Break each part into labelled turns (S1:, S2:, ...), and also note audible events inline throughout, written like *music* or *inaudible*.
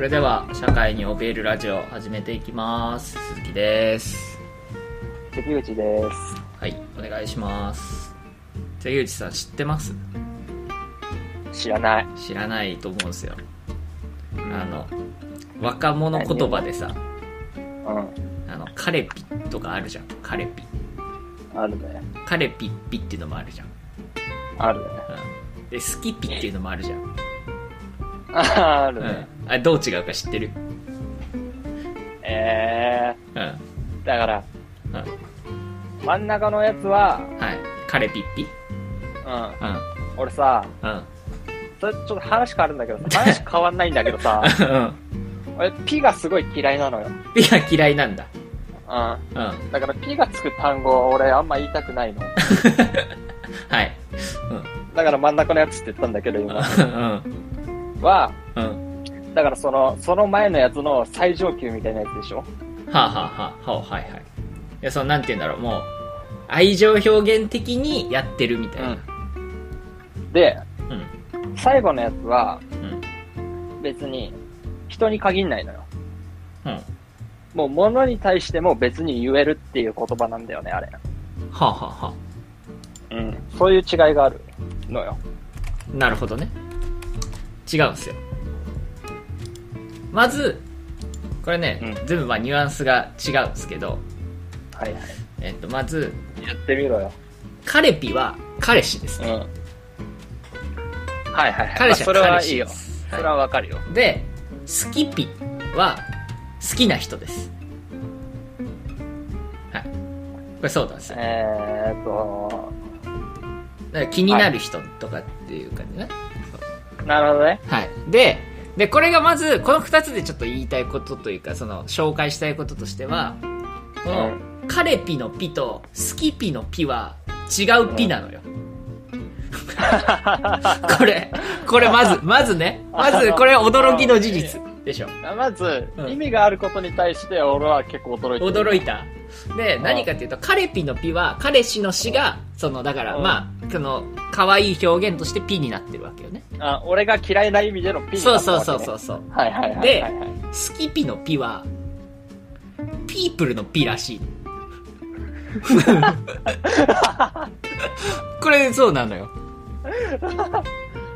S1: れでは社会に怯えるラジオ始めていきます鈴木です
S2: 関口です。
S1: はいお願いします関口さん知ってます
S2: 知らない。
S1: 知らないと思うんですよあの若者言葉でさ
S2: うん。
S1: あのカレピとかあるじゃんカレピ
S2: あるね。
S1: カレピッピっていうのもあるじゃん、
S2: あるね。 *laughs*
S1: うん、でスキピっていうのもあるじゃん、
S2: あ
S1: う
S2: るね。
S1: ん、あどう違うか知ってる
S2: え
S1: うんう
S2: ー、だから、
S1: んはい
S2: 真ん中のやつは、
S1: カレピッピ
S2: うん。
S1: うん
S2: 俺さ、
S1: うん
S2: それちょっと話変わるんだけど
S1: *laughs*
S2: さ、話変わんないんだけどさ、
S1: うん
S2: 俺、ピがすごい嫌いなのよ。
S1: ピが嫌いなんだ
S2: う
S1: うん
S2: ん。だから、ピがつく単語、俺、あんま言いたくないの。
S1: はい
S2: だから、真ん中のやつって言ったんだけど、
S1: う
S2: 今
S1: ん
S2: は、
S1: うんうん
S2: だから、その、その前のやつの最上級みたいなやつでしょ
S1: はあ、はあはあはあ、はいはいいやそのなんて言うんだろうもう愛情表現的にやってるみたいな
S2: で、
S1: うん
S2: 最後のやつは、
S1: うん
S2: 別に、人に限んないのよ。
S1: うんは
S2: もう物に対しても別に言えるっていう言葉なんだよね、あれ。
S1: あ、はあは
S2: うん。そういう違いがあるのよ。
S1: あ、なるほどね違うんですよまずこれね、
S2: うん
S1: 全部まあニュアンスが違うんですけど、
S2: はいはい。
S1: えっと、まず
S2: やってみろよ。
S1: カレピは彼氏です
S2: うん。
S1: ね、
S2: はいはいはい。
S1: 彼氏
S2: まあそ
S1: は
S2: れは
S1: 彼
S2: いい
S1: 氏
S2: よ
S1: で。す、
S2: それ
S1: は
S2: はわかるよ。
S1: い、でスキピは好きな人ですはいこれそうなんですよ
S2: えーっと、
S1: だから気になる人とかっていう感じね。
S2: なるほどね。
S1: はい。で、で、これがまず、この二つでちょっと言いたいことというか、その、紹介したいこととしては、この、カレピのピと、スキピのピは、違うピな
S2: *laughs*
S1: のよ。これ、これまず、まずね、まず、これ驚きの事実でしょ。
S2: まず、
S1: うん
S2: 意味があることに対して俺は結構驚いてる。
S1: 驚いた。で、
S2: ん
S1: 何かっていうと、カレピのピは、彼氏の死が、その、だから、
S2: うん
S1: まあ、その、可愛い表現としてピになってるわけよね。
S2: あ、俺が嫌いな意味でのピン。
S1: そうそうそうそううそう。
S2: はいはいはいはい。
S1: で
S2: はいはい
S1: スキピのピは、ピープルのピらしい。 *laughs* これそうなのよ。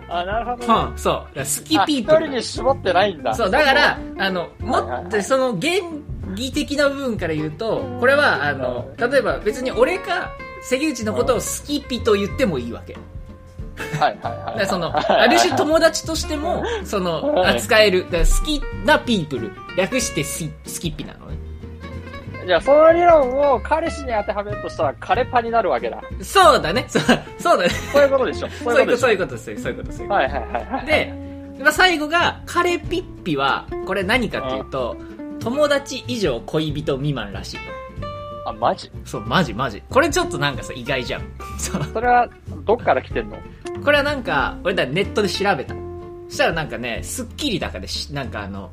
S2: あ、なるほどね。
S1: うん、そう。だからスキ
S2: あ
S1: ピー
S2: 一
S1: プ
S2: 人
S1: ルなの
S2: に。絞ってないんだ。
S1: そう、だから、あの、も
S2: はい
S1: っ
S2: はいは
S1: と
S2: い
S1: その原理的な部分から言うと、これは、あの、例えば別に俺か、関口のことをスキピと言ってもいいわけ。
S2: はいはいはい
S1: だか
S2: はい。
S1: らその、ある種友達としても、その、
S2: はい
S1: 扱える。だから好きなピープル。略してススキピなのね。
S2: じゃあ、その理論を彼氏に当てはめるとしたら、彼パになるわけだ。
S1: そうだね。そう、そうだね。
S2: そういうことでしょ。
S1: そういうこと、
S2: でしょ
S1: そういうこと、そういうこと、そういうことそういうこ
S2: はいはいはいは
S1: と。
S2: い。
S1: で、まあ、最後が、カレピッピは、これ何かっていうと、友達以上恋人未満らしいの。
S2: あ、マジ
S1: そう、マジマジ。これちょっとなんかさ、意外
S2: *laughs*
S1: じゃん。そう。
S2: それは、どっから来てんの
S1: これはなんか、俺だ、ネットで調べた。そしたらなんかね、スッキリだかでし、なんかあの、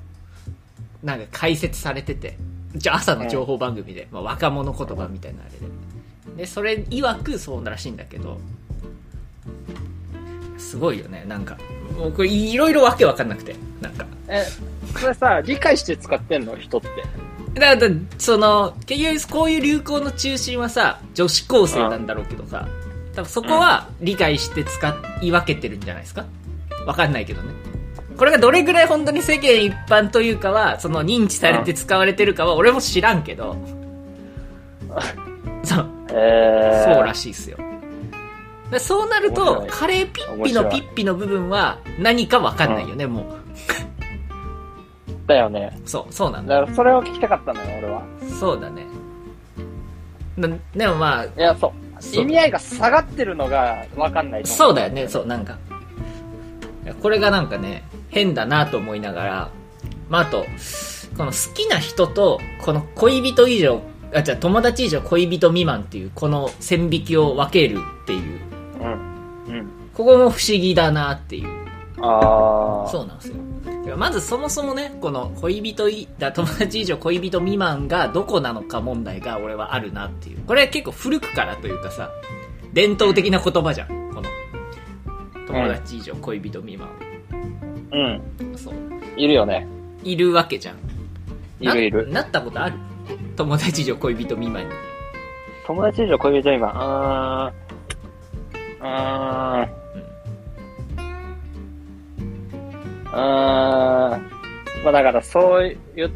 S1: なんか解説されてて。じゃあ朝の情報番組で、まあ、若者言葉みたいなあれで。で、それ曰くそうらしいんだけど、すごいよね、なんか。もうこれいろいろわけわかんなくて、なんか。
S2: え、それさ、理解して使ってんの人って。
S1: だから、その、結局こういう流行の中心はさ、女子高生なんだろうけどさ、多分そこは理解して使い分けてるんじゃないですかわかんないけどね。これがどれぐらい本当に世間一般というかは、その認知されて使われてるかは俺も知らんけ
S2: *laughs*
S1: ど、そう、
S2: えー
S1: そうらしいっすよ。でそうなると
S2: 面白い、
S1: カレーピッピのピッピの部分は何かわかんないよね、もう。
S2: だよね。
S1: そう、そうなんだ。
S2: だから、それを聞きたかったのよ、俺は。
S1: そうだね。なでもまあ、
S2: いや、そう。
S1: そう
S2: 意味合いが下がってるのが、わかんないと思
S1: そうだよね、そう、なんか。いやこれがなんかね、変だなと思いながら、まあ、あと、この好きな人と、この恋人以上、あ、じゃあ友達以上恋人未満っていう、この線引きを分けるっていう、
S2: うん。うん。
S1: ここも不思議だなっていう。
S2: あー。
S1: そうなんですよ。だからまずそもそもね、この恋人い、だ友達以上恋人未満がどこなのか問題が俺はあるなっていう。これ結構古くからというかさ、伝統的な言葉じゃん。この、友達以上恋人未満。
S2: うん。
S1: そう。
S2: いるよね。
S1: いるわけじゃん。
S2: いるいる。
S1: ななったことある友達以上恋人未満に。
S2: 友達以上恋人今、あー、あー、あー、まあだからそう言っ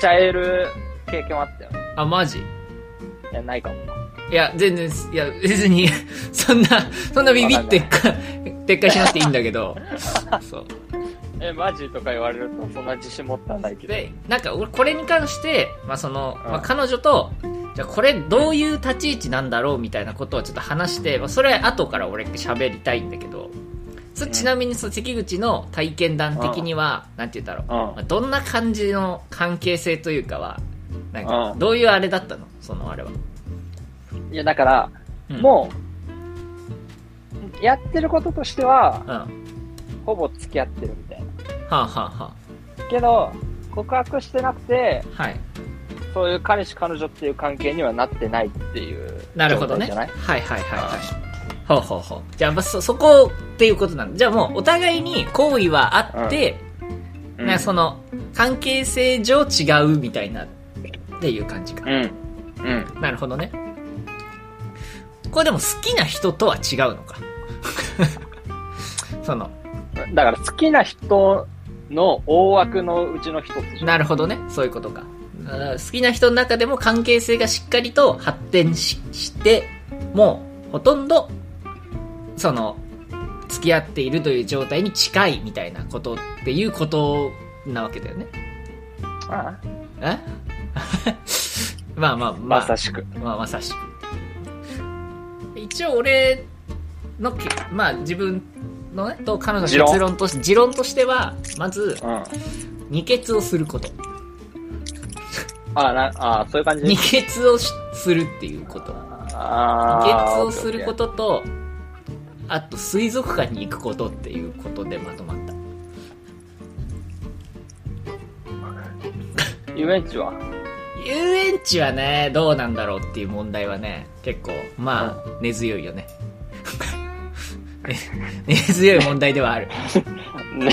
S2: ちゃえる経験はあったよ。
S1: あ、マジ
S2: いや、ないかも。
S1: いや、全然、いや、別に、そんな、そんなビビってっか、撤回しなくていいんだけど、そう。
S2: え、マジとか言われるとそんな自信持ったらないけど。
S1: で、なんか俺、これに関して、まあその、
S2: うん
S1: まあ彼女と、じゃあこれどういう立ち位置なんだろうみたいなことをちょっと話して、まあそれ後から俺喋りたいんだけど、そちなみにその関口の体験談的には、なんて言うんだろう。
S2: うん。
S1: まあどんな感じの関係性というかは、なんか
S2: う、ん
S1: どういうあれだったのそのあれは。
S2: いや、だから、
S1: うん
S2: もう、やってることとしては
S1: う、ん。は
S2: ほぼ付き合ってるみたいな。
S1: あ、はあは
S2: けど、告白してなくて、
S1: あ、はい。
S2: そういう彼氏彼女っていう関係にはなってないっていう。
S1: なるほどね。
S2: 状
S1: は
S2: 態
S1: い
S2: じ
S1: はいはい
S2: ゃない
S1: はい。ほうほうほう。じゃあ、まあ、そ、そこっていうことなんだ。じゃあもう、お互いに行為はあって、
S2: うん
S1: なんかその、関係性上違うみたいな、っていう感じか。
S2: うん。うん。
S1: なるほどね。これでも好きな人とは違うのか。 *laughs* その、
S2: だから好きな人の大枠のうちの一つじゃん
S1: なるほどね。そういうことか。だから好きな人の中でも関係性がしっかりと発展しして、もうほとんど、その、付き合っているという状態に近いみたいなことっていうことなわけだよね。
S2: あ
S1: え
S2: あ
S1: *laughs* まあまあまあ。
S2: まさしく。
S1: まあ、まさしく。一応俺のけ、まあ自分のね、と彼女の
S2: 持論
S1: 結論として、持論としては、まず、
S2: うん。あ
S1: 二血をすること。
S2: あ、なああそういう感じ
S1: 二血をしするっていうこと。二
S2: あ
S1: 血
S2: あ。
S1: をすることと、あと水族館に行くことっていうことでまとまった。
S2: オッケー。遊園地は
S1: 遊園地はね、どうなんだろうっていう問題はね、結構、まあ、根強いよね。 *laughs* ね根強い問題ではある。
S2: ね。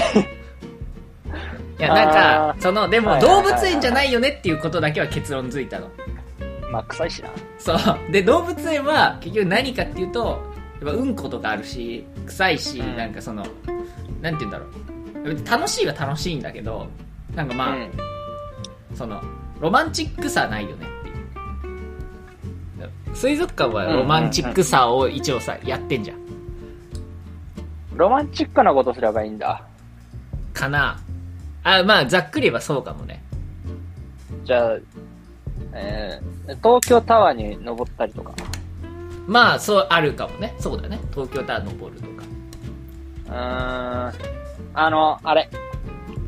S1: いや、なん
S2: あ
S1: か、
S2: ー
S1: その、でも
S2: はいはいは
S1: 動
S2: いは
S1: 物
S2: い
S1: 園じゃないよねっていうことだけは結論づいたの。
S2: *laughs* まあ、臭いしな。
S1: そう。で、動物園は結局何かっていうと、やっぱうんことかあるし、臭いし、
S2: うん
S1: なんかその、なんて言うんだろう。別に楽しいは楽しいんだけど、なんかまあ、
S2: うん。
S1: その、ロマンチックさはないよねっていう。水族館はロマンチックさを一応さ、やってんじゃん。
S2: ロマンチックなことすればいいんだ。
S1: かなあ、まあ、ざっくり言えばそうかもね。
S2: じゃあ、えー、東京タワーに登ったりとか。
S1: まあ、そう、あるかもね。そうだね。東京タワー登るとか。
S2: うーん。あの、あれ。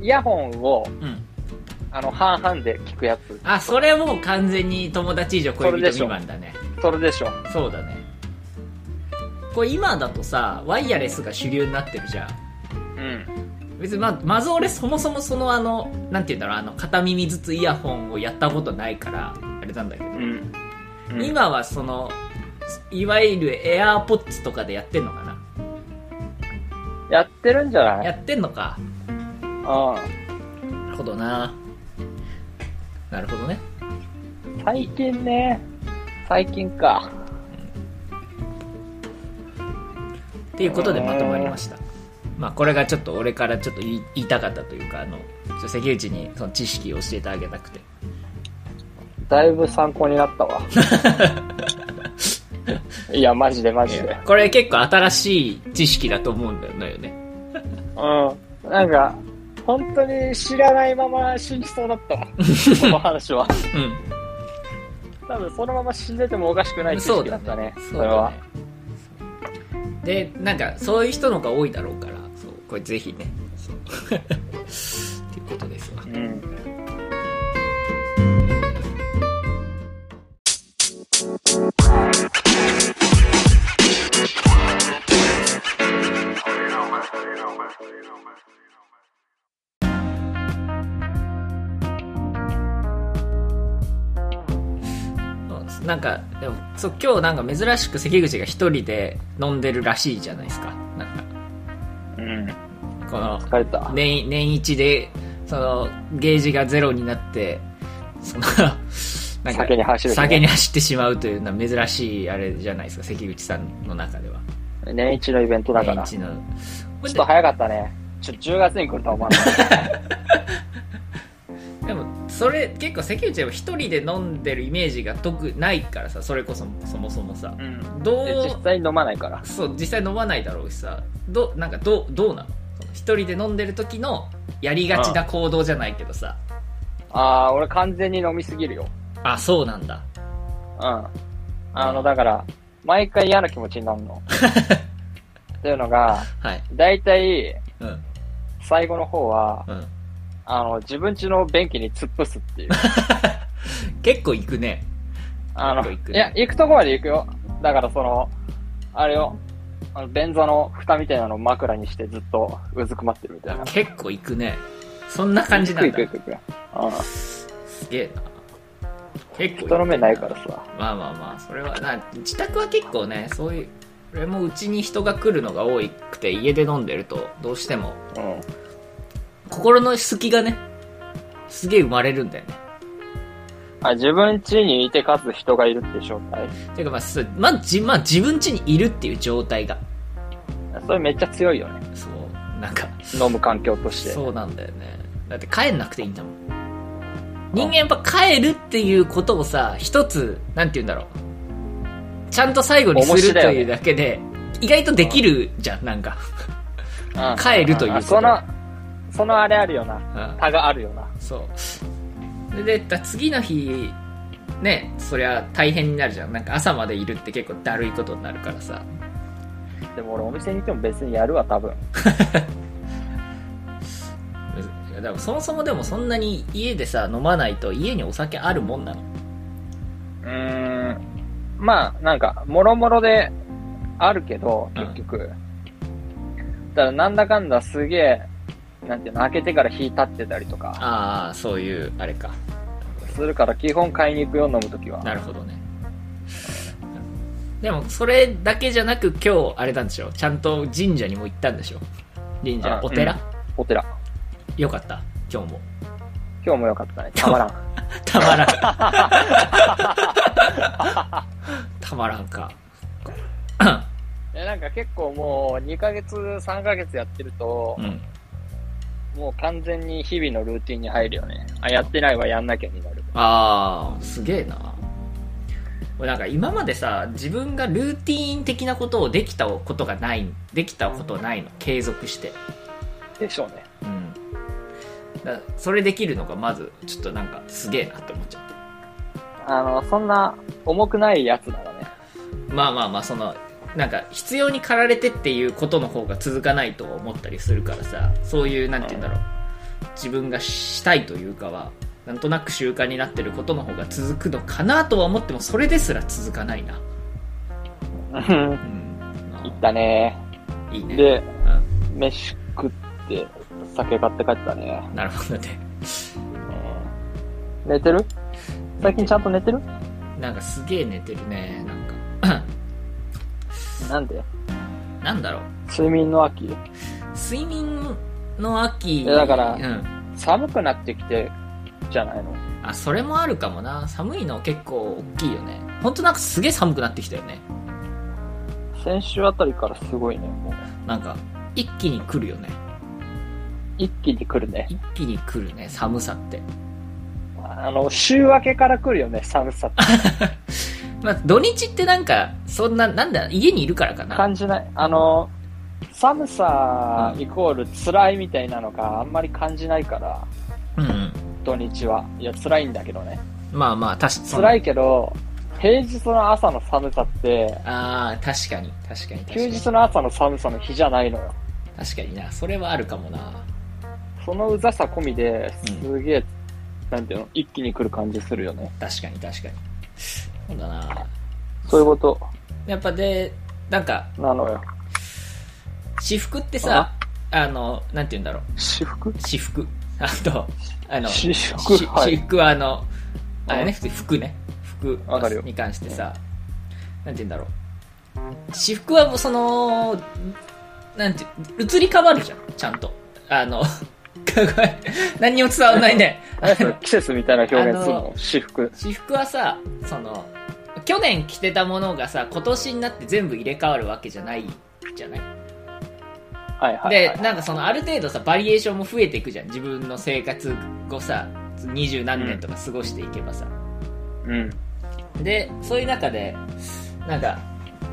S2: イヤホンを、
S1: うん。
S2: あの、半々で聞くやつ。
S1: あ、それもう完全に友達以上恋人未満だね。
S2: それでしょ。
S1: そうだね。これ今だとさ、ワイヤレスが主流になってるじゃん。
S2: うん。
S1: 別にま、まず俺そもそもそのあの、なんて言うんだろう、あの、片耳ずつイヤホンをやったことないから、あれなんだけど。
S2: うん。うん、
S1: 今はその、いわゆるエアーポッツとかでやってんのかな
S2: やってるんじゃない
S1: やってんのか。
S2: うん。
S1: なるほどな。なるほどね。
S2: 最近ね、最近か。
S1: っていうことでまとまりました、まあ、これがちょっと俺からちょっと言い言いたかったというかあのちょっと関口にその知識を教えてあげたくて
S2: だいぶ参考になった
S1: *laughs*
S2: わ。いや、マジでマジで。
S1: これ結構新しい知識だと思うんだよね
S2: うん。なんか、本当に知らないまま死にそうだっ
S1: *laughs*
S2: たわ。この話は。多分そのまま死んでてもおかしくな
S1: う
S2: い
S1: ん
S2: 知
S1: そう
S2: 識だ
S1: だ
S2: ったね
S1: ね。
S2: それは。
S1: そうだねでなんかそういう人の方が多いだろうからそうこれぜひねそう *laughs* っていうことですわ
S2: うん。
S1: そうなんかでもそう今日なんか珍しく関口が一人で飲んでるらしいじゃないですかなんか
S2: うん。
S1: この
S2: 疲れた。
S1: 年年一でそのゲージがゼロになってそのなんか
S2: 酒に走る、
S1: 酒に走ってしまうというのは珍しいあれじゃないですか関口さんの中では
S2: 年一のイベントだから。
S1: 年
S2: ち
S1: 一の
S2: ょっと早かったね。ちょ、10月に来るとは思わなかった。
S1: でもそれ結構関口でも一人で飲んでるイメージが特ないからさそれこそそもそもさ
S2: うん。
S1: ど
S2: で実
S1: う
S2: 際飲まないから。
S1: そう実際飲まないだろうしさどうなんかどうどうなのその一人で飲んでる時のやりがちな行動じゃないけどさ
S2: あー、俺完全に飲みすぎるよ。
S1: あそうなんだ
S2: うん。あの、だから、毎回嫌な気持ちにな
S1: *laughs*
S2: るの。っていうのが、
S1: はい
S2: だいたい
S1: うん
S2: 最後の方は、
S1: うん
S2: あの、自分家の便器に突っ伏
S1: *laughs*
S2: すっていう。
S1: 結構行くね結
S2: あの、
S1: 構行く
S2: い
S1: ね
S2: や、行くとこまで行くよ。だからその、あれよ、あの、便座の蓋みたいなのを枕にしてずっとうずくまってるみたいな。
S1: 結構行くねそんな感じなんだ
S2: 行く行く行く行く。
S1: すげえな結
S2: うん。
S1: 構
S2: 人の目ないかららさ。
S1: まあまあまあそれはな自宅は結構ねそういう俺もうちに人が来るのが多くて家で飲んでるとどうしても
S2: うん。
S1: 心の隙がねすげえ生まれるんだよね
S2: あ、自分家にいてかつ人がいるって正体。
S1: ていうかまあそうまあじまあ自分家にいるっていう状態が
S2: それめっちゃ強いよね。
S1: そうなんか
S2: 飲む環境として。
S1: そうなんだよねだって帰んなくていいんだもん人間やっぱ帰るっていうことをさ一つなんて言うんだろうちゃんと最後にす
S2: 重し
S1: ると
S2: だよね
S1: いうだけで意外とできるじゃんなんか
S2: うん
S1: 帰るということ
S2: その、そのあれあるよな。
S1: うん
S2: 差があるよな。
S1: そうででだ次の日ねそりゃ大変になるじゃんなんか朝までいるって結構だるいことになるからさ
S2: でも俺お店にいても別にやるわ、多分。
S1: いやでもそもそもでもそんなに家でさ飲まないと家にお酒あるもんなの
S2: うーん。まあ、なんか、もろもろであるけど、結局。ただ、なんだかんだすげえ、なんていうの、開けてから火立ってたりとか、
S1: ああそういうあれか
S2: するから基本買いに行くよ、飲むときは。
S1: なるほどねでもそれだけじゃなく今日あれなんでしょちゃんと神社にも行ったんでしょ神社
S2: あ
S1: お寺、
S2: お寺。
S1: よかった今日も
S2: 今日もよかったね。たまらん。
S1: たまらん *laughs* たまらんか
S2: *laughs* えなんか結構もう、2ヶ月、3ヶ月やってると
S1: う、ん
S2: もう完全に日々のルーティンに入るよね。あ、やってないわ、やんなきゃになる。
S1: ああすげえな俺なんか今までさ自分がルーティーン的なことをできたことがないできたことないの継続して
S2: でしょうね。
S1: うんだそれできるのがまずちょっとなんかすげえなって思っちゃって
S2: あの、そんな、重くないやつならね。
S1: まあまあまあそのなんか必要に駆られてっていうことの方が続かないとは思ったりするからさそういうなんて言うんだろう自分がしたいというかはなんとなく習慣になってることの方が続くのかなとは思ってもそれですら続かないな
S2: *laughs* うん
S1: うん
S2: 行ったね。
S1: いいね
S2: で、
S1: う
S2: 飯食って、酒買って帰ったね。
S1: ん、なるほどね
S2: 寝てる最近ちゃんと寝てる
S1: なんかすげえ寝てるねなんか *clears throat*
S2: なんで
S1: なんだろう
S2: 睡眠の秋
S1: 睡眠の秋
S2: いやだから
S1: うん、
S2: 寒くなってきて、じゃないの
S1: あそれもあるかもな寒いの結構大きいよね本当なんかすげえ寒くなってきたよね
S2: 先週あたりからすごいね、もう。
S1: なんか一気に来るよね
S2: 一気に来るね。
S1: 一気に来るね寒さって
S2: あの、週明けから来るよね、寒 *laughs* さって。
S1: まあ土日ってなんかそんななんだ家にいるからかな
S2: 感じない。あの、寒さイコール辛いみたいなのがあんまり感じないから、
S1: うん、うん、
S2: 土日は。いや、辛いんだけどね。
S1: まあまあ確かに
S2: 辛いけど、平日の朝の寒さって、
S1: あー確かに確かに確か
S2: 休
S1: に
S2: 日の朝の寒さの日じゃないのよ。
S1: 確かになそれはあるかもな
S2: そのうざさ込みで
S1: う
S2: すげえ、なんていうの、一気に来る感じするよね。
S1: 確かに確かにそうだな
S2: そういうこと
S1: やっぱでなんか
S2: なのよ。
S1: 私服ってさあのなんて言うんだろう
S2: 私服
S1: 私服あとあの
S2: 私服
S1: し
S2: は
S1: 私
S2: い。
S1: 服はあの、
S2: うん
S1: あれね、普通服ね。服
S2: わかるよ
S1: に関してさ、なんて言うんだろう。私服はもうその、なんて、移り変わるじゃん、ちゃんと。あの、 *laughs* ごめん何にも伝わんないね。
S2: あれそれ季節みたいな表現する
S1: あ
S2: の私服。
S1: 私服はさ、その、去年着てたものがさ、今年になって全部入れ替わるわけじゃないじゃない
S2: はいはい、はい。
S1: で、なんかそのある程度さ、バリエーションも増えていくじゃん。自分の生活をさ、二十何年とか過ごしていけばさ。
S2: うん。
S1: で、そういう中で、なんか、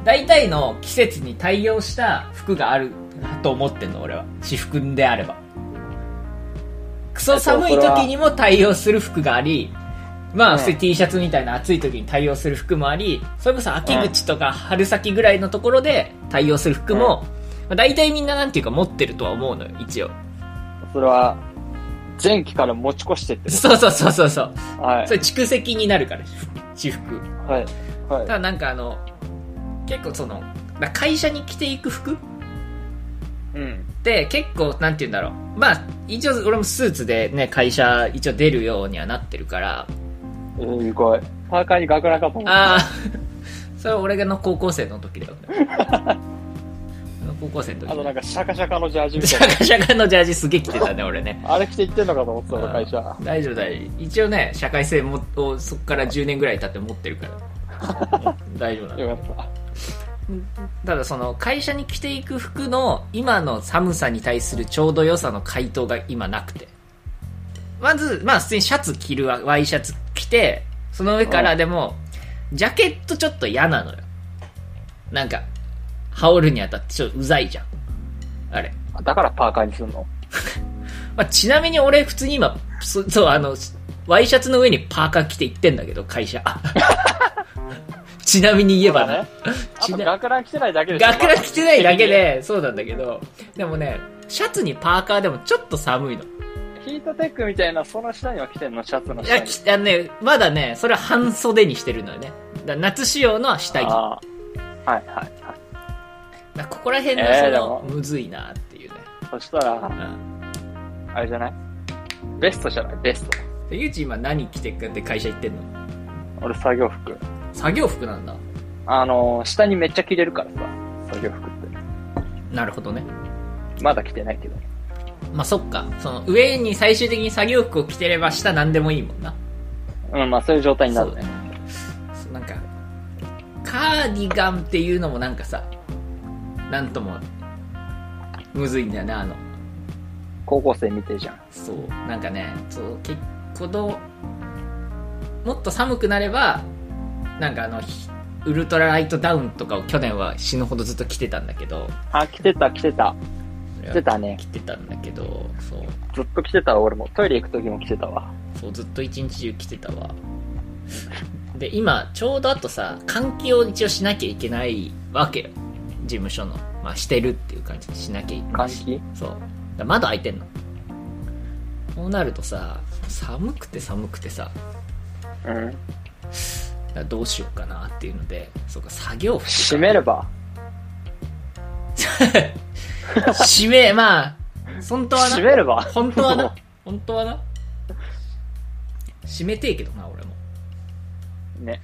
S1: 大体の季節に対応した服があると思ってんの、俺は。私服であれば。クソ寒い時にも対応する服があり、ま
S2: う
S1: あ、
S2: ん
S1: 普通に T シャツみたいな暑い時に対応する服もあり、それこそ秋口とか春先ぐらいのところで対応する服も、まあ、大体みんななんていうか持ってるとは思うのよ、一応。
S2: それは、前期から持ち越してってこ
S1: そうそうそうそうそう。
S2: と。はい
S1: そ。れ蓄積になるから、私服。
S2: はい。はい
S1: た。だなんかあの結構そのだ会社に着ていく服っ
S2: うん。
S1: て結構なんて言うんだろうまあ一応俺もスーツでね会社一応出るようにはなってるから
S2: えー、意外。パーカーに学ランかと思った。
S1: ああ *laughs* それは俺がの高校生の時だよね *laughs* 高校生の時
S2: あと
S1: ね
S2: なんかシャカシャカのジャージみ
S1: シ
S2: たい
S1: ャカシャカのジャージすげえ着てたね俺ね *laughs*
S2: な。あれ着て行ってんのかと思ってたの、会社。
S1: 大丈夫大丈夫一応ね社会性もをそこから10年ぐらい経って持ってるから
S2: *laughs*
S1: 大丈夫なの
S2: よかった。
S1: ただその会社に着ていく服の今の寒さに対するちょうど良さの回答が今なくてまずまあ普通にシャツ着るわワイシャツ着てその上からでもジャケットちょっと嫌なのよなんか羽織るにあたってちょっとうざいじゃんあれ、
S2: だからパーカーにすんの
S1: まあ、ちなみに俺普通に今そそうあのワイシャツの上にパーカー着て行ってんだけど会社 *laughs* ちなみに言えばな、
S2: ね。あ
S1: ち
S2: と
S1: な
S2: 学ラン着てないだけでしょ
S1: 学ラン着てないだけ。で、そうなんだけど、でもね、シャツにパーカーでもちょっと寒いの。い
S2: ヒートテックみたいな、その下には着てんの、シャツの下
S1: や、
S2: に。
S1: きあのね、まだね、それは半袖にしてるのよね。だ夏仕様の下着。だか
S2: ああはいはいはい。
S1: らここら辺の
S2: えー
S1: そ
S2: で
S1: の
S2: も、
S1: むずいなっていうね。
S2: そしたら、あれじゃないベストじゃないベスト。
S1: うん。でゆうち今何着てっかって会社行ってんの
S2: 俺作業服。
S1: 作業服なんだ。
S2: あのー、下にめっちゃ着れるからさ、作業服っ
S1: なるほどね。
S2: て。まだ着てないけど。
S1: まあそっか。その上に最終的に作業服を着てれば下何でもいいもんな。
S2: うん、まあそういう状態になるね。
S1: そうなんかカーディガンっていうのもなんかさなんともむずいんだよねあの
S2: 高校生見てるじゃん。
S1: そうなんかねそう結構どもっと寒くなればなんかあのひウルトラライトダウンとかを去年は死ぬほどずっと着てたんだけど
S2: あ、着てた、着てた。着てたね。
S1: 着てたんだけどそう
S2: ずっと着てたわ、俺も。トイレ行く時も着てたわ。
S1: そうずっと一日中着てたわで今ちょうどあとさ換気を一応しなきゃいけないわけよ事務所のまあしてるっていう感じでしなきゃいけな
S2: 換
S1: いし
S2: 気
S1: そうだから窓開いてんのこうなるとさ寒くて寒くてさ
S2: うん。
S1: だからどうしようかなっていうのでそうか作業服か
S2: 閉めれば。
S1: 閉めまあ本当は
S2: 閉
S1: な
S2: めれば。
S1: 本当は
S2: もう
S1: な本当はな閉めてえけどな俺も
S2: ね。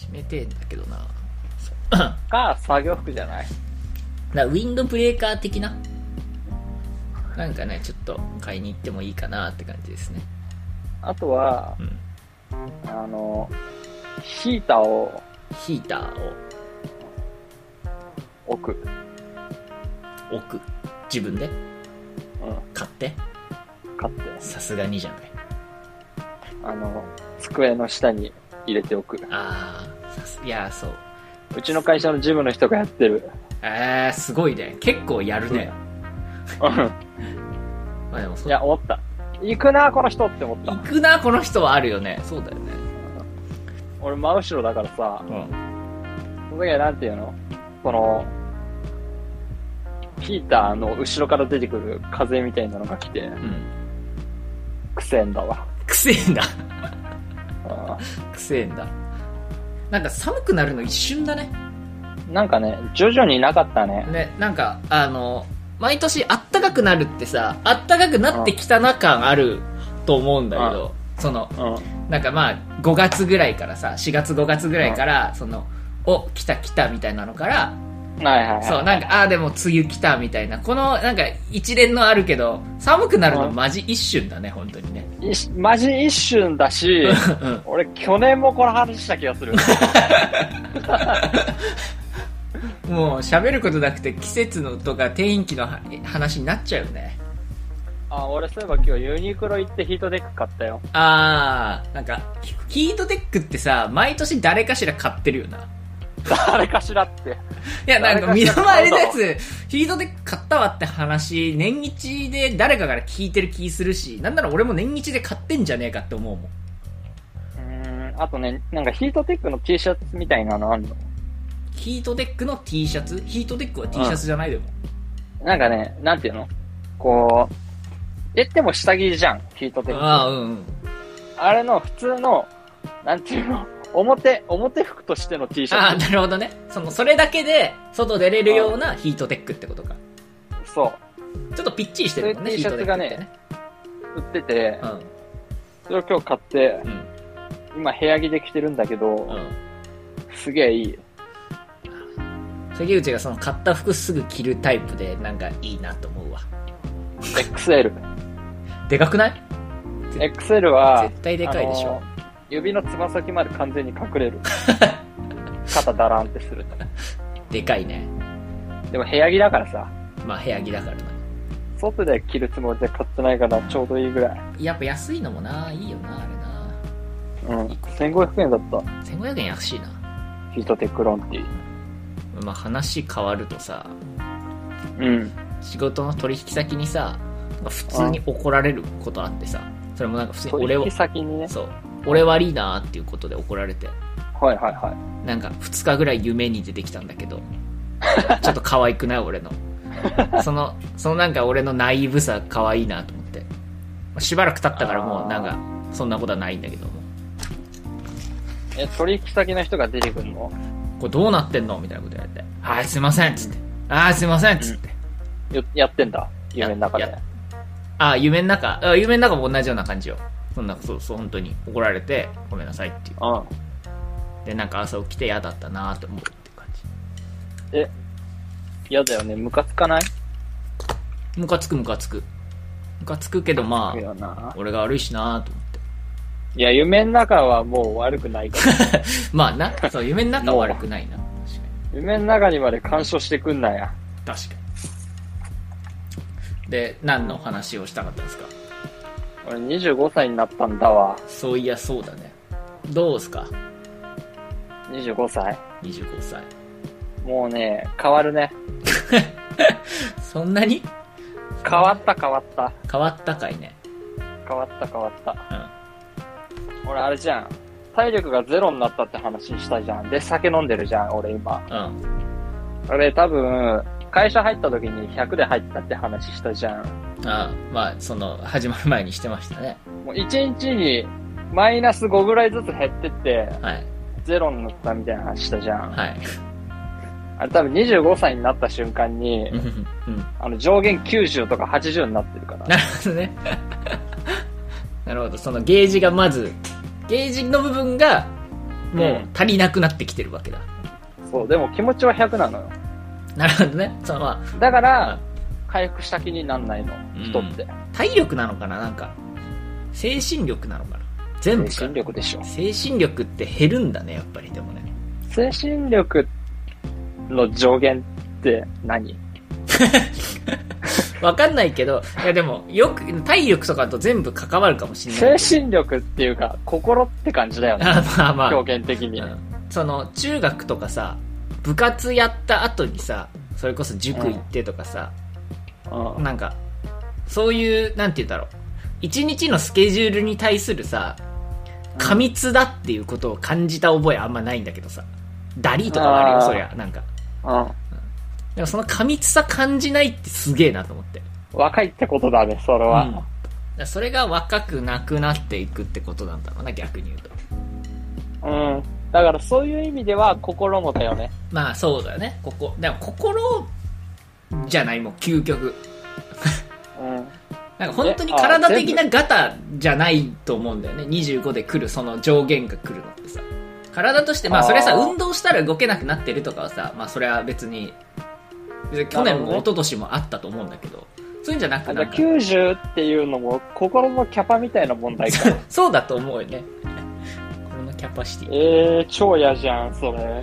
S1: 閉めてえんだけどな
S2: か、作業服じゃない
S1: なウィンドブレーカー的ななんかねちょっと買いに行ってもいいかなって感じですね
S2: あとは、
S1: うん
S2: あの、ヒーターを
S1: ヒーター
S2: 置く。
S1: を置く自分で
S2: う
S1: 買って
S2: ん。買って。
S1: さすがにじゃない
S2: あの、机の下に入れておく。
S1: ああさすいやーそう
S2: うちの会社のジムの人がやってる。
S1: えー、すごいね結構やるね、
S2: うん。
S1: まあでもそ
S2: いや、思った。行くな、この人って思った
S1: 行。くなこの人はあるよねそうだよね
S2: 俺真後ろだからさ、
S1: うん
S2: その時はなんていうのこの、ヒーターの後ろから出てくる風みたいなのが来て、
S1: うん
S2: くせえんだわ。
S1: くせえんだ
S2: う
S1: くせえんだなんか寒くなるの一瞬だね
S2: んなんかね、徐々になかったね。
S1: ねなんかあの毎年あったかくなるってさあったかくなってきたな感あると思うんだけどその
S2: うん。
S1: なんかまあ5月ぐらいからさ4月5月ぐらいからそのお来た来たみたいなのから
S2: はいはいはい。
S1: そう、なんか、ああー、でも梅雨来たみたいな。この、なんか、一連のあるけど、寒くなるのマジ一瞬だね、本当にね。
S2: いしマジ一瞬だし、
S1: *laughs* うん。
S2: 俺去年もこの話した気
S1: *laughs*
S2: がする。
S1: もう、喋ることなくて、季節のとか天気のは話になっちゃうよね。
S2: あ、俺そういえば今日ユニクロ行ってヒートデック買ったよ。 *laughs*
S1: ああ、なんか、ヒヒートテックってさ、毎年誰かしら買ってるよな。
S2: 誰かしらって。
S1: いや、なんか、身の
S2: 誰かしら
S1: 回りのやつ、ヒートテック買ったわって話、年一で誰かから聞いてる気するし、なんなら俺も年一で買ってんじゃねえかって思うもん。
S2: うーん、あとね、なんかヒートテックの T シャツみたいなのあるの
S1: ヒートテックの T シャツヒートテックは T シャツじゃないでも。
S2: なんかね、なんていうのこう、言っても下着じゃん、ヒートテック。
S1: ああ、うんうん。
S2: あれの普通の、なんていうの表、表服としての T シ
S1: ああ、
S2: ャ
S1: なるほどね。その、それだけで、外出れるようなヒートテックってことか。
S2: ツ。そう。
S1: ちょっとぴっちりしてるもんね、
S2: そういう
S1: ヒ
S2: T シ
S1: ート
S2: ャ
S1: テ
S2: ツ
S1: ッ
S2: が
S1: クってね。
S2: ね売ってて
S1: う、ん。
S2: それを今日買って、
S1: うん。
S2: 今部屋着で着てるんだけ
S1: う
S2: ど、
S1: ん。
S2: すげえいい。
S1: 関口がその、買った服すぐ着るタイプで、なんかいいなと思うわ。
S2: XL。
S1: でかくない
S2: XL は、
S1: 絶対でかいでしょ
S2: あの。指のつま先まで完全に隠れる。 *laughs* 肩だらんってすると。
S1: でかいね。
S2: でも部屋着だからさ、
S1: まあ、部屋着だからな。
S2: 外で着るつもりで買ってないからちょうどいいぐらい。
S1: やっぱ安いのもな、いいよな、あれな。
S2: うん。1500円だった。
S1: 1500円安いな。
S2: ヒートテックロンティー。
S1: まあ、話変わるとさ、
S2: うん。
S1: 仕事の取引先にさ、なんか普通に怒られることあってさ、それもなんか普通に俺
S2: 取
S1: を
S2: 引、先にね。
S1: そう、俺悪いなーっていうことで怒られて、
S2: はいはいは
S1: なんか2日ぐらい夢に出てきたんだけど、 *laughs* ちょっと可愛くない俺の。その、そのなんか俺のナイーブさ可愛いなと思って。まあしばらく経ったからもうなんか、そんなことはないんだけども。
S2: い。え、取引先の人が出てくるの
S1: これどうなってんのみたいなこと言われて。はい、すいませんっつって。あーすいませんっつって。
S2: よやってんだ。夢の中で
S1: や。あ、夢の中、あ夢の中も同じような感じよ。そんな、そう、そう、本当に怒られて、ごめんなさいっていう。
S2: うん。
S1: で、なんか朝起きて嫌だったなと思うって感
S2: 嫌だよね。ムカつかない
S1: じ。ムカつくムカつく。ムカつくけど、ま
S2: い
S1: あ、
S2: やな。
S1: 俺が悪いしなと思って。
S2: いや、夢の中はもう悪くないから。
S1: まあな、そう、夢の中は悪くないな。
S2: *laughs* 夢の中にまで干渉してくんなや。
S1: 確かに。で、何の話をしたかったんですか
S2: 俺25歳になったんだわ。
S1: そういや、そうだね。どうですか
S2: 25歳。
S1: ?25 歳。
S2: もうね、変わるね。
S1: そんなに
S2: 変わった変わった。
S1: 変わったかいね。
S2: 変わった変わった。俺あれじゃん。体力がゼロになったって話したじゃん。で、酒飲んでるじゃん、俺今。
S1: うん。
S2: 俺多分、会社入った時に100で入ったって話したじゃん。
S1: あまあ、その、始まる前にしてましたね。
S2: もう1日にマイナス5ぐらいずつ減ってって、
S1: はい。
S2: ゼロになったみたいな話したじゃん。
S1: はい。
S2: あれ多分25歳になった瞬間に
S1: う、んうん。
S2: あの上限90とか80になってるから。
S1: なるほどね。 *laughs* なるほど。そのゲージがまず、ゲージの部分が、もう足りなくなってきてるわけだ。
S2: そう、でも気持ちは100なのよ。
S1: なるほどね。そのま
S2: だか
S1: う
S2: ら
S1: ん、
S2: 回復した気になんないの、
S1: ん
S2: 人って。
S1: あ、体力なのかななんか、精神力なのかな全部か
S2: 精神力でしょ。
S1: 精神力って減るんだね、やっぱりでもね。
S2: 精神力の上限って何
S1: わかんないけど、いやでも、よく、体力とかと全部関わるかもしれな
S2: 精
S1: い。
S2: 神力っていうか、心って感じだよね。
S1: あまあまあ。
S2: 表現的に。
S1: その中学とかさ部活やった後にさそれこそ塾行ってとかさ、
S2: うん
S1: なんかそういうなんて言うんだろう一日のスケジュールに対するさ過密だっていうことを感じた覚えあんまないんだけどさダリーとかはあるよ
S2: あー
S1: そりゃなんか
S2: うん
S1: でもその過密さ感じないってすげえなと思って、
S2: 若いってことだね、それは。
S1: うんだからそれが若くなくなっていくってことなんだろうな逆に言うと
S2: うん。だからそういう意味では心もだよね。
S1: まあそうだねここでも心じゃないもう究極
S2: うん。
S1: なんか本当に体的なガタじゃないと思うんだよね。25で来る、その上限が来るのってさ。体として、まあそれはさ、
S2: あー
S1: 運動したら動けなくなってるとかはさ、まあそれは別に、別に去
S2: な
S1: 年
S2: るほど
S1: も一
S2: ね
S1: 昨年もあったと思うんだけど、そういうんじゃなく
S2: あじゃ
S1: な
S2: あ
S1: んか
S2: 90っていうのも心のキャパみたいな問
S1: *laughs*
S2: 題か。
S1: そうだと思うよね。 *laughs* これのキャパシティ。
S2: えー、超嫌じゃん、それ。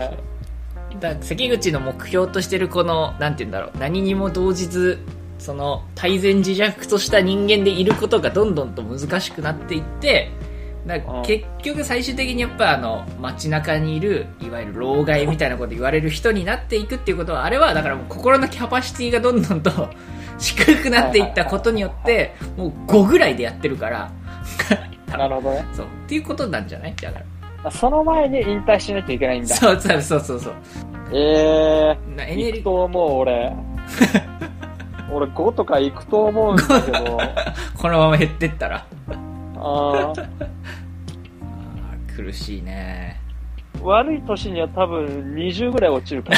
S1: だから関口の目標としてるこのなんて言うんだろう何にも動じずその大前自弱とした人間でいることがどんどんと難しくなっていってなん
S2: う
S1: か
S2: ん
S1: 結局最終的にやっぱあの街中にいるいわゆる老害みたいなこと言われる人になっていくっていうことはあれはだからもう心のキャパシティがどんどんと *laughs* 低くなっていったことによってもう5ぐらいでやってるから
S2: なるほどね。
S1: そうっていうことなんじゃないだから
S2: あその前に引退しなきゃいけないんだ。
S1: そうそうそうそうそう
S2: えー、
S1: なエネ
S2: 行
S1: ル
S2: く
S1: ギー
S2: と思う、俺。 *laughs* 俺5とか行くと思うんだけど。
S1: このまま減ってったら
S2: *laughs* あー
S1: あー苦しいね
S2: 悪い年には多分20ぐらい落ちるか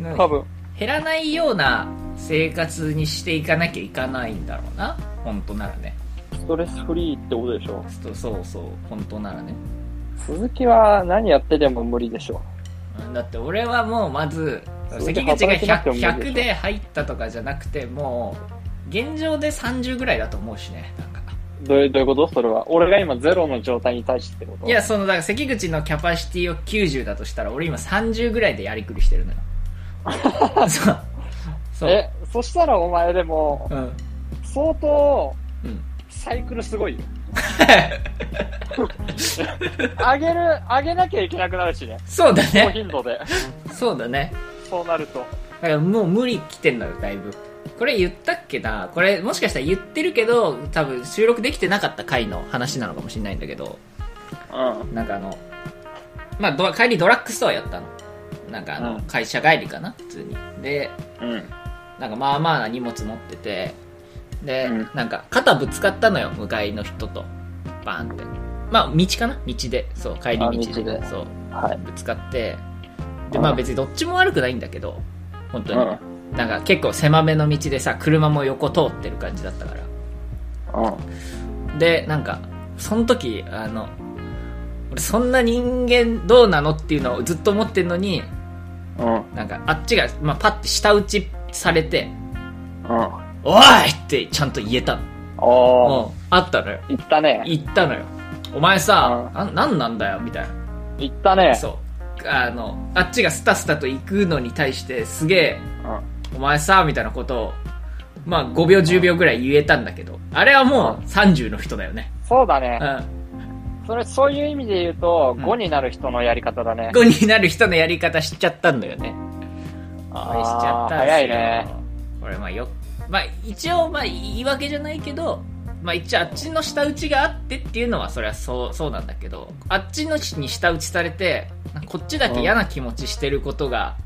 S2: ら。
S1: なんか
S2: *laughs* 多分。
S1: 減らないような生活にしていかなきゃいかないんだろうな本当ならね
S2: ストレスフリーってことでしょ。
S1: そうそうそう本当ならね
S2: 鈴木は何やってても無理でしょ。
S1: うんだって俺はもうまず
S2: それで
S1: 関口が
S2: 働けなく
S1: 100,
S2: てもいいでしょ
S1: 100で入ったとかじゃなくてもう現状で30ぐらいだと思うしねなんか
S2: どういうどういうことそれは。俺が今ゼロの状態に対してってこと
S1: いやそのだから関口のキャパシティを90だとしたら俺今30ぐらいでやりくりしてるの
S2: *laughs*
S1: よそうそう
S2: え、そしたらお前でも、
S1: うん
S2: 相当、
S1: うん
S2: サイクルすごい *laughs* よ。上げる、上げなきゃいけなくなるしね。
S1: そうだ
S2: 高
S1: ね
S2: 頻度で。
S1: そうだね
S2: そうなると。
S1: だからもう無理来てんのよ、だいぶ。これ言ったっけなこれもしかしたら言ってるけど、多分収録できてなかった回の話なのかもしれないんだけど、
S2: うん。
S1: なんかあの、まあド、帰りドラッグストアやったの。なんかあの、
S2: うん
S1: 会社帰りかな普通に。で、
S2: うん。
S1: なんかまあまあな荷物持ってて、で、
S2: うん
S1: なんか肩ぶつかったのよ、向かいの人と。バーンって。まあ、道かな道で。そう、帰り道で。
S2: あ道で
S1: そう、
S2: はい。
S1: ぶつかって。で、まあ
S2: うん
S1: 別にどっちも悪くないんだけど、本当
S2: う
S1: に。
S2: ん。
S1: なんか結構狭めの道でさ車も横通ってる感じだったからでなんかその時あの俺そんな人間どうなのっていうのをずっと思ってんのに
S2: うん。うん。
S1: なんかあっちが、まあ、パッて舌打ちされて
S2: うん。
S1: 「おい!」ってちゃんと言えたの
S2: おー。
S1: うんあったのよ
S2: 行ったね。
S1: 言ったのよお前さ
S2: う
S1: ななんなんだよみたいな
S2: 行ったね。
S1: そうあのあっちがスタスタと行くのに対してすげえ
S2: うん。
S1: お前さ、みたいなことを、まあ5秒10秒ぐらい言えたんだけど、あれはもう30の人だよね。
S2: そうだね
S1: う。ん。
S2: それ、そういう意味で言うと、
S1: うん
S2: 5になる人のやり方だね。
S1: 5になる人のやり方知っちゃったんだよね。これしちゃ
S2: あ
S1: っ
S2: ー
S1: たん
S2: 早いね。。
S1: これまあよ、まあ一応まあ言い訳じゃないけど、まあ一応あっちの舌打ちがあってっていうのはそれはそう、そうなんだけど、あっちのに舌打ちされて、こっちだけ嫌な気持ちしてることが、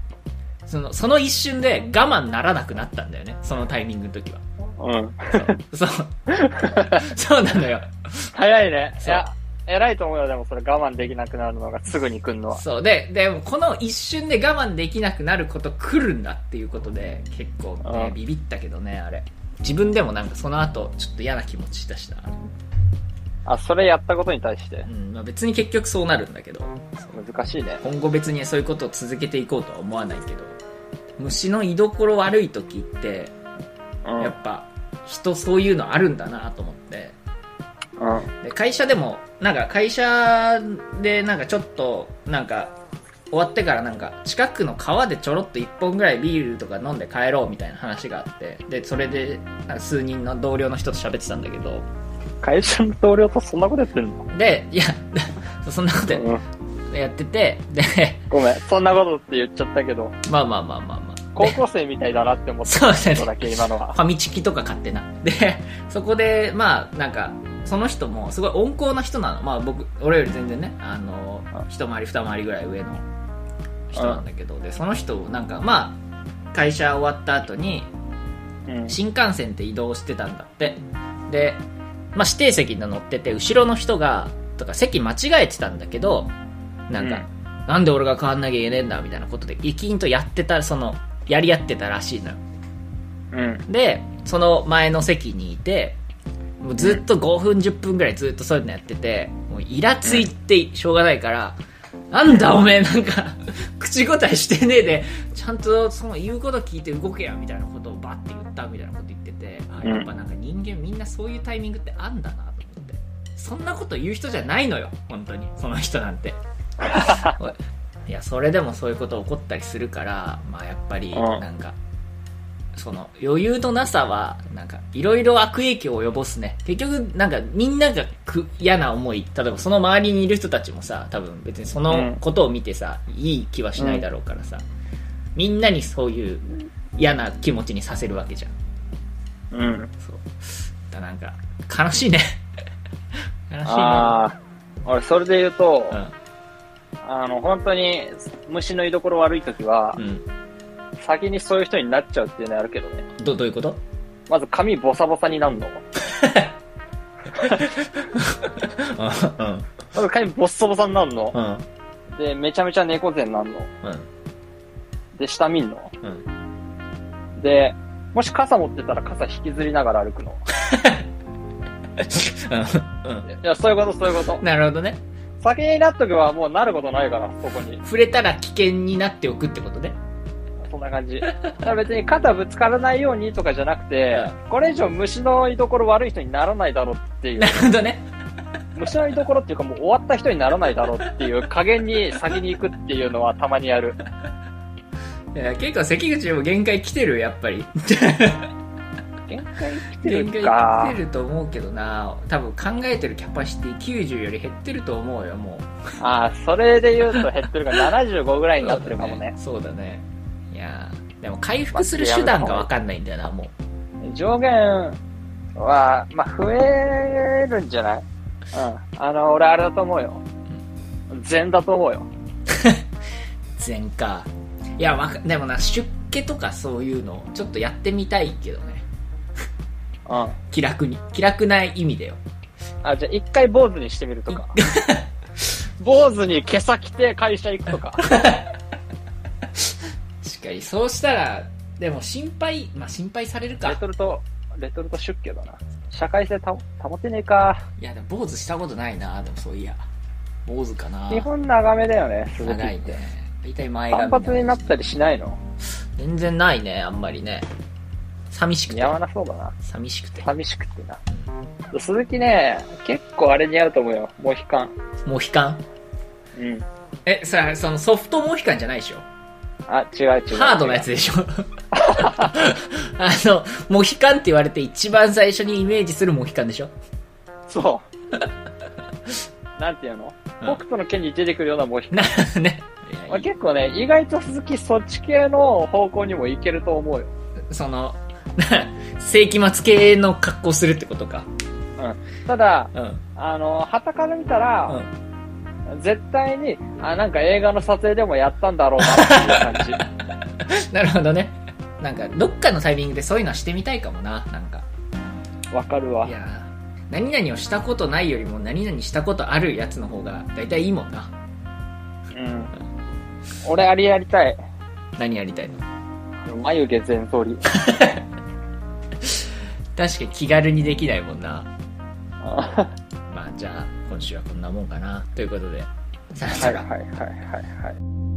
S1: その、その一瞬で我慢ならなくなったんだよね。そのタイミングの時は。
S2: うん。
S1: そう。そうなのよ。
S2: 早いね。い
S1: そう
S2: や、偉いと思うよ、でもそれ我慢できなくなるのが、すぐに来るのは。
S1: そう。で、でもこの一瞬で我慢できなくなること来るんだっていうことで、結構ね、
S2: うん
S1: ビビったけどね、あれ。自分でもなんかその後、ちょっと嫌な気持ち出した。
S2: あ、それやったことに対して
S1: う。ん、まあ別に結局そうなるんだけど、
S2: 難しいね。
S1: 今後別にそういうことを続けていこうとは思わないけど、虫の居所悪い時って、
S2: う
S1: やっぱ人そういうのあるんだなと思って、
S2: うん。
S1: で会社でもなんか会社でなんかちょっとなんか終わってからなんか近くの川でちょろっと1本ぐらいビールとか飲んで帰ろうみたいな話があってでそれでなんか数人の同僚の人と喋ってたんだけど
S2: 会社の同僚とそんなことやってんの
S1: でいや *laughs* そんなこと
S2: うん。
S1: やっててで
S2: ごめん、そんなことって言っちゃったけど、
S1: まあまあまあまあまあ
S2: 高校生みたいだなって思っ
S1: そうだ
S2: た
S1: ね
S2: ことだけ、今のは
S1: *laughs* フ。ァミチキとか買ってな。で、 *laughs* そこで、まあ、なんか、その人もすごい温厚な人なの。まあ僕、俺より全然ね、あの
S2: あ、
S1: 一回り二回りぐらい上の人なんだけど、で、その人をなんか、まあ、会社終わった後に、
S2: うん。
S1: 新幹線って移動してたんだって。で、まあ指定席に乗ってて、後ろの人が、とか席間違えてたんだけど、なんか、なんで俺が変わんなきゃいけねえんだみたいなことで、激ンとやってた、その、やり合ってたらしいのよ。
S2: うん。
S1: でその前の席にいてもうずっと5分10分ぐらいずっとそういうのやっててもうイラついてしょうがないから、なんだおめえなんか口答えしてねえでちゃんとその言うこと聞いて動けやみたいなことをバッて言ったみたいなこと言っててあやっぱなんか人間みんなそういうタイミングってあんだなと思ってそんなこと言う人じゃないのよ本当にその人なん *laughs* ておいいやそれでもそういうこと起こったりするからまあやっぱり
S2: うん
S1: なんか、その余裕のなさはなんかいろいろ悪影響を及ぼすね結局なんかみんながく嫌な思い例えばその周りにいる人たちもさ多分別にそのことを見てさ、いい気はしないだろうからさ、みんなにそういう嫌な気持ちにさせるわけじゃん
S2: うん。
S1: そうだからなんか悲しいね *laughs* 悲しいね
S2: ああ、俺、それで言うと、
S1: う
S2: あの、本当に、虫の居所悪い時は、
S1: ん、うん、
S2: 先にそういう人になっちゃうっていうのはあるけどね。
S1: どどういうこと
S2: まず髪ボサボサになるの。
S1: うんうん
S2: まず髪ボッサボサになるの
S1: う。ん
S2: で、めちゃめちゃ猫背になるの。で、下見んの。
S1: うん
S2: で、もし傘持ってたら傘引きずりながら歩くの。
S1: うん
S2: いや、そういうこと、そういうこと
S1: うん。 *laughs* なるほどね
S2: 先になっとけばもうなることないから、そこに。
S1: 触れたら危険になっておくってことね
S2: そんな感じ。だから別に肩ぶつからないようにとかじゃなくて、これ以上虫の居所悪い人にならないだろうってい
S1: *laughs*
S2: う
S1: な、るほどね
S2: 虫の居所っていうかもう終わった人にならないだろうっていう加減に先に行くっていうのはたまにやる。
S1: いや結構関口でも限界来てるやっぱり
S2: 限界来て
S1: 限
S2: る
S1: 界
S2: か
S1: 来。てると思うけどな多分考えてるキャパシティ90より減ってると思うよも
S2: ああ、それで言うと減ってるから75ぐら
S1: う
S2: いになってるかもね。
S1: そうだねいやーでも回復する手段が分かんないんだよなも
S2: 上限は、まあ、増えるんじゃないうん。あの、俺あれだと思うよ。善だと思うよ。
S1: う全かいやわかでもな出家とかそういうのちょっとやってみたいけどね
S2: うん。
S1: 気楽に気楽な意味だよ
S2: あ、じゃあ一回坊主にしてみる
S1: *laughs*
S2: とか。坊主に毛先着て会社行く
S1: *laughs*
S2: とか。
S1: 確かにそうしたらでも心配まあ心配される
S2: レ
S1: か
S2: トルト、レトルト出家だな。社会性た保てねえか。
S1: いやでも坊主したことないなでもそういや坊主かな
S2: 日本長めだよね、鈴木
S1: 長い
S2: って
S1: ね。大体前
S2: 単
S1: 髪
S2: 発にな
S1: の
S2: ったりしないの
S1: 全然ないねあんまりね寂しく
S2: 似
S1: て
S2: 合わなそうだな。
S1: 寂しくて
S2: 寂しくてな。鈴木ね、結構あれ似合うと思うよ。モヒカン。
S1: モヒカン
S2: うん。
S1: えさそのソフトモヒカンじゃないでしょ
S2: あ、違う違う。
S1: ハードなやつでしょあのモヒカンって言われて一番最初にイメージするモヒカンでしょ *laughs*
S2: そう。なんていうの、
S1: うん
S2: 北斗の剣に出てくるようなモヒカン。
S1: なねいや
S2: まあ、結構ね、意外と鈴木そっち系の方向にもいけると思うよ。
S1: そのな世紀末系の格好するってことか
S2: ただ、
S1: うん
S2: あの、旗から見た
S1: う
S2: ら、
S1: ん
S2: 絶対に、あ、なんか映画の撮影でもやったんだろうなっていう感
S1: なるほどねなんかどっかのタイミングでそういうのはしてみたいかもななんか *laughs*
S2: じ。わかるわ
S1: い。やー何々をしたことないよりも何々したことあるやつの方が大体いいもんな
S2: うん。俺、あれやりたい。
S1: 何やりたいの
S2: 眉毛全
S1: *laughs*
S2: 剃り。
S1: 確かに気軽にできないもんな
S2: は
S1: まあじゃあ今週はこんなもんかなということでさよ
S2: い
S1: な
S2: はい
S1: ら
S2: はいはいはい。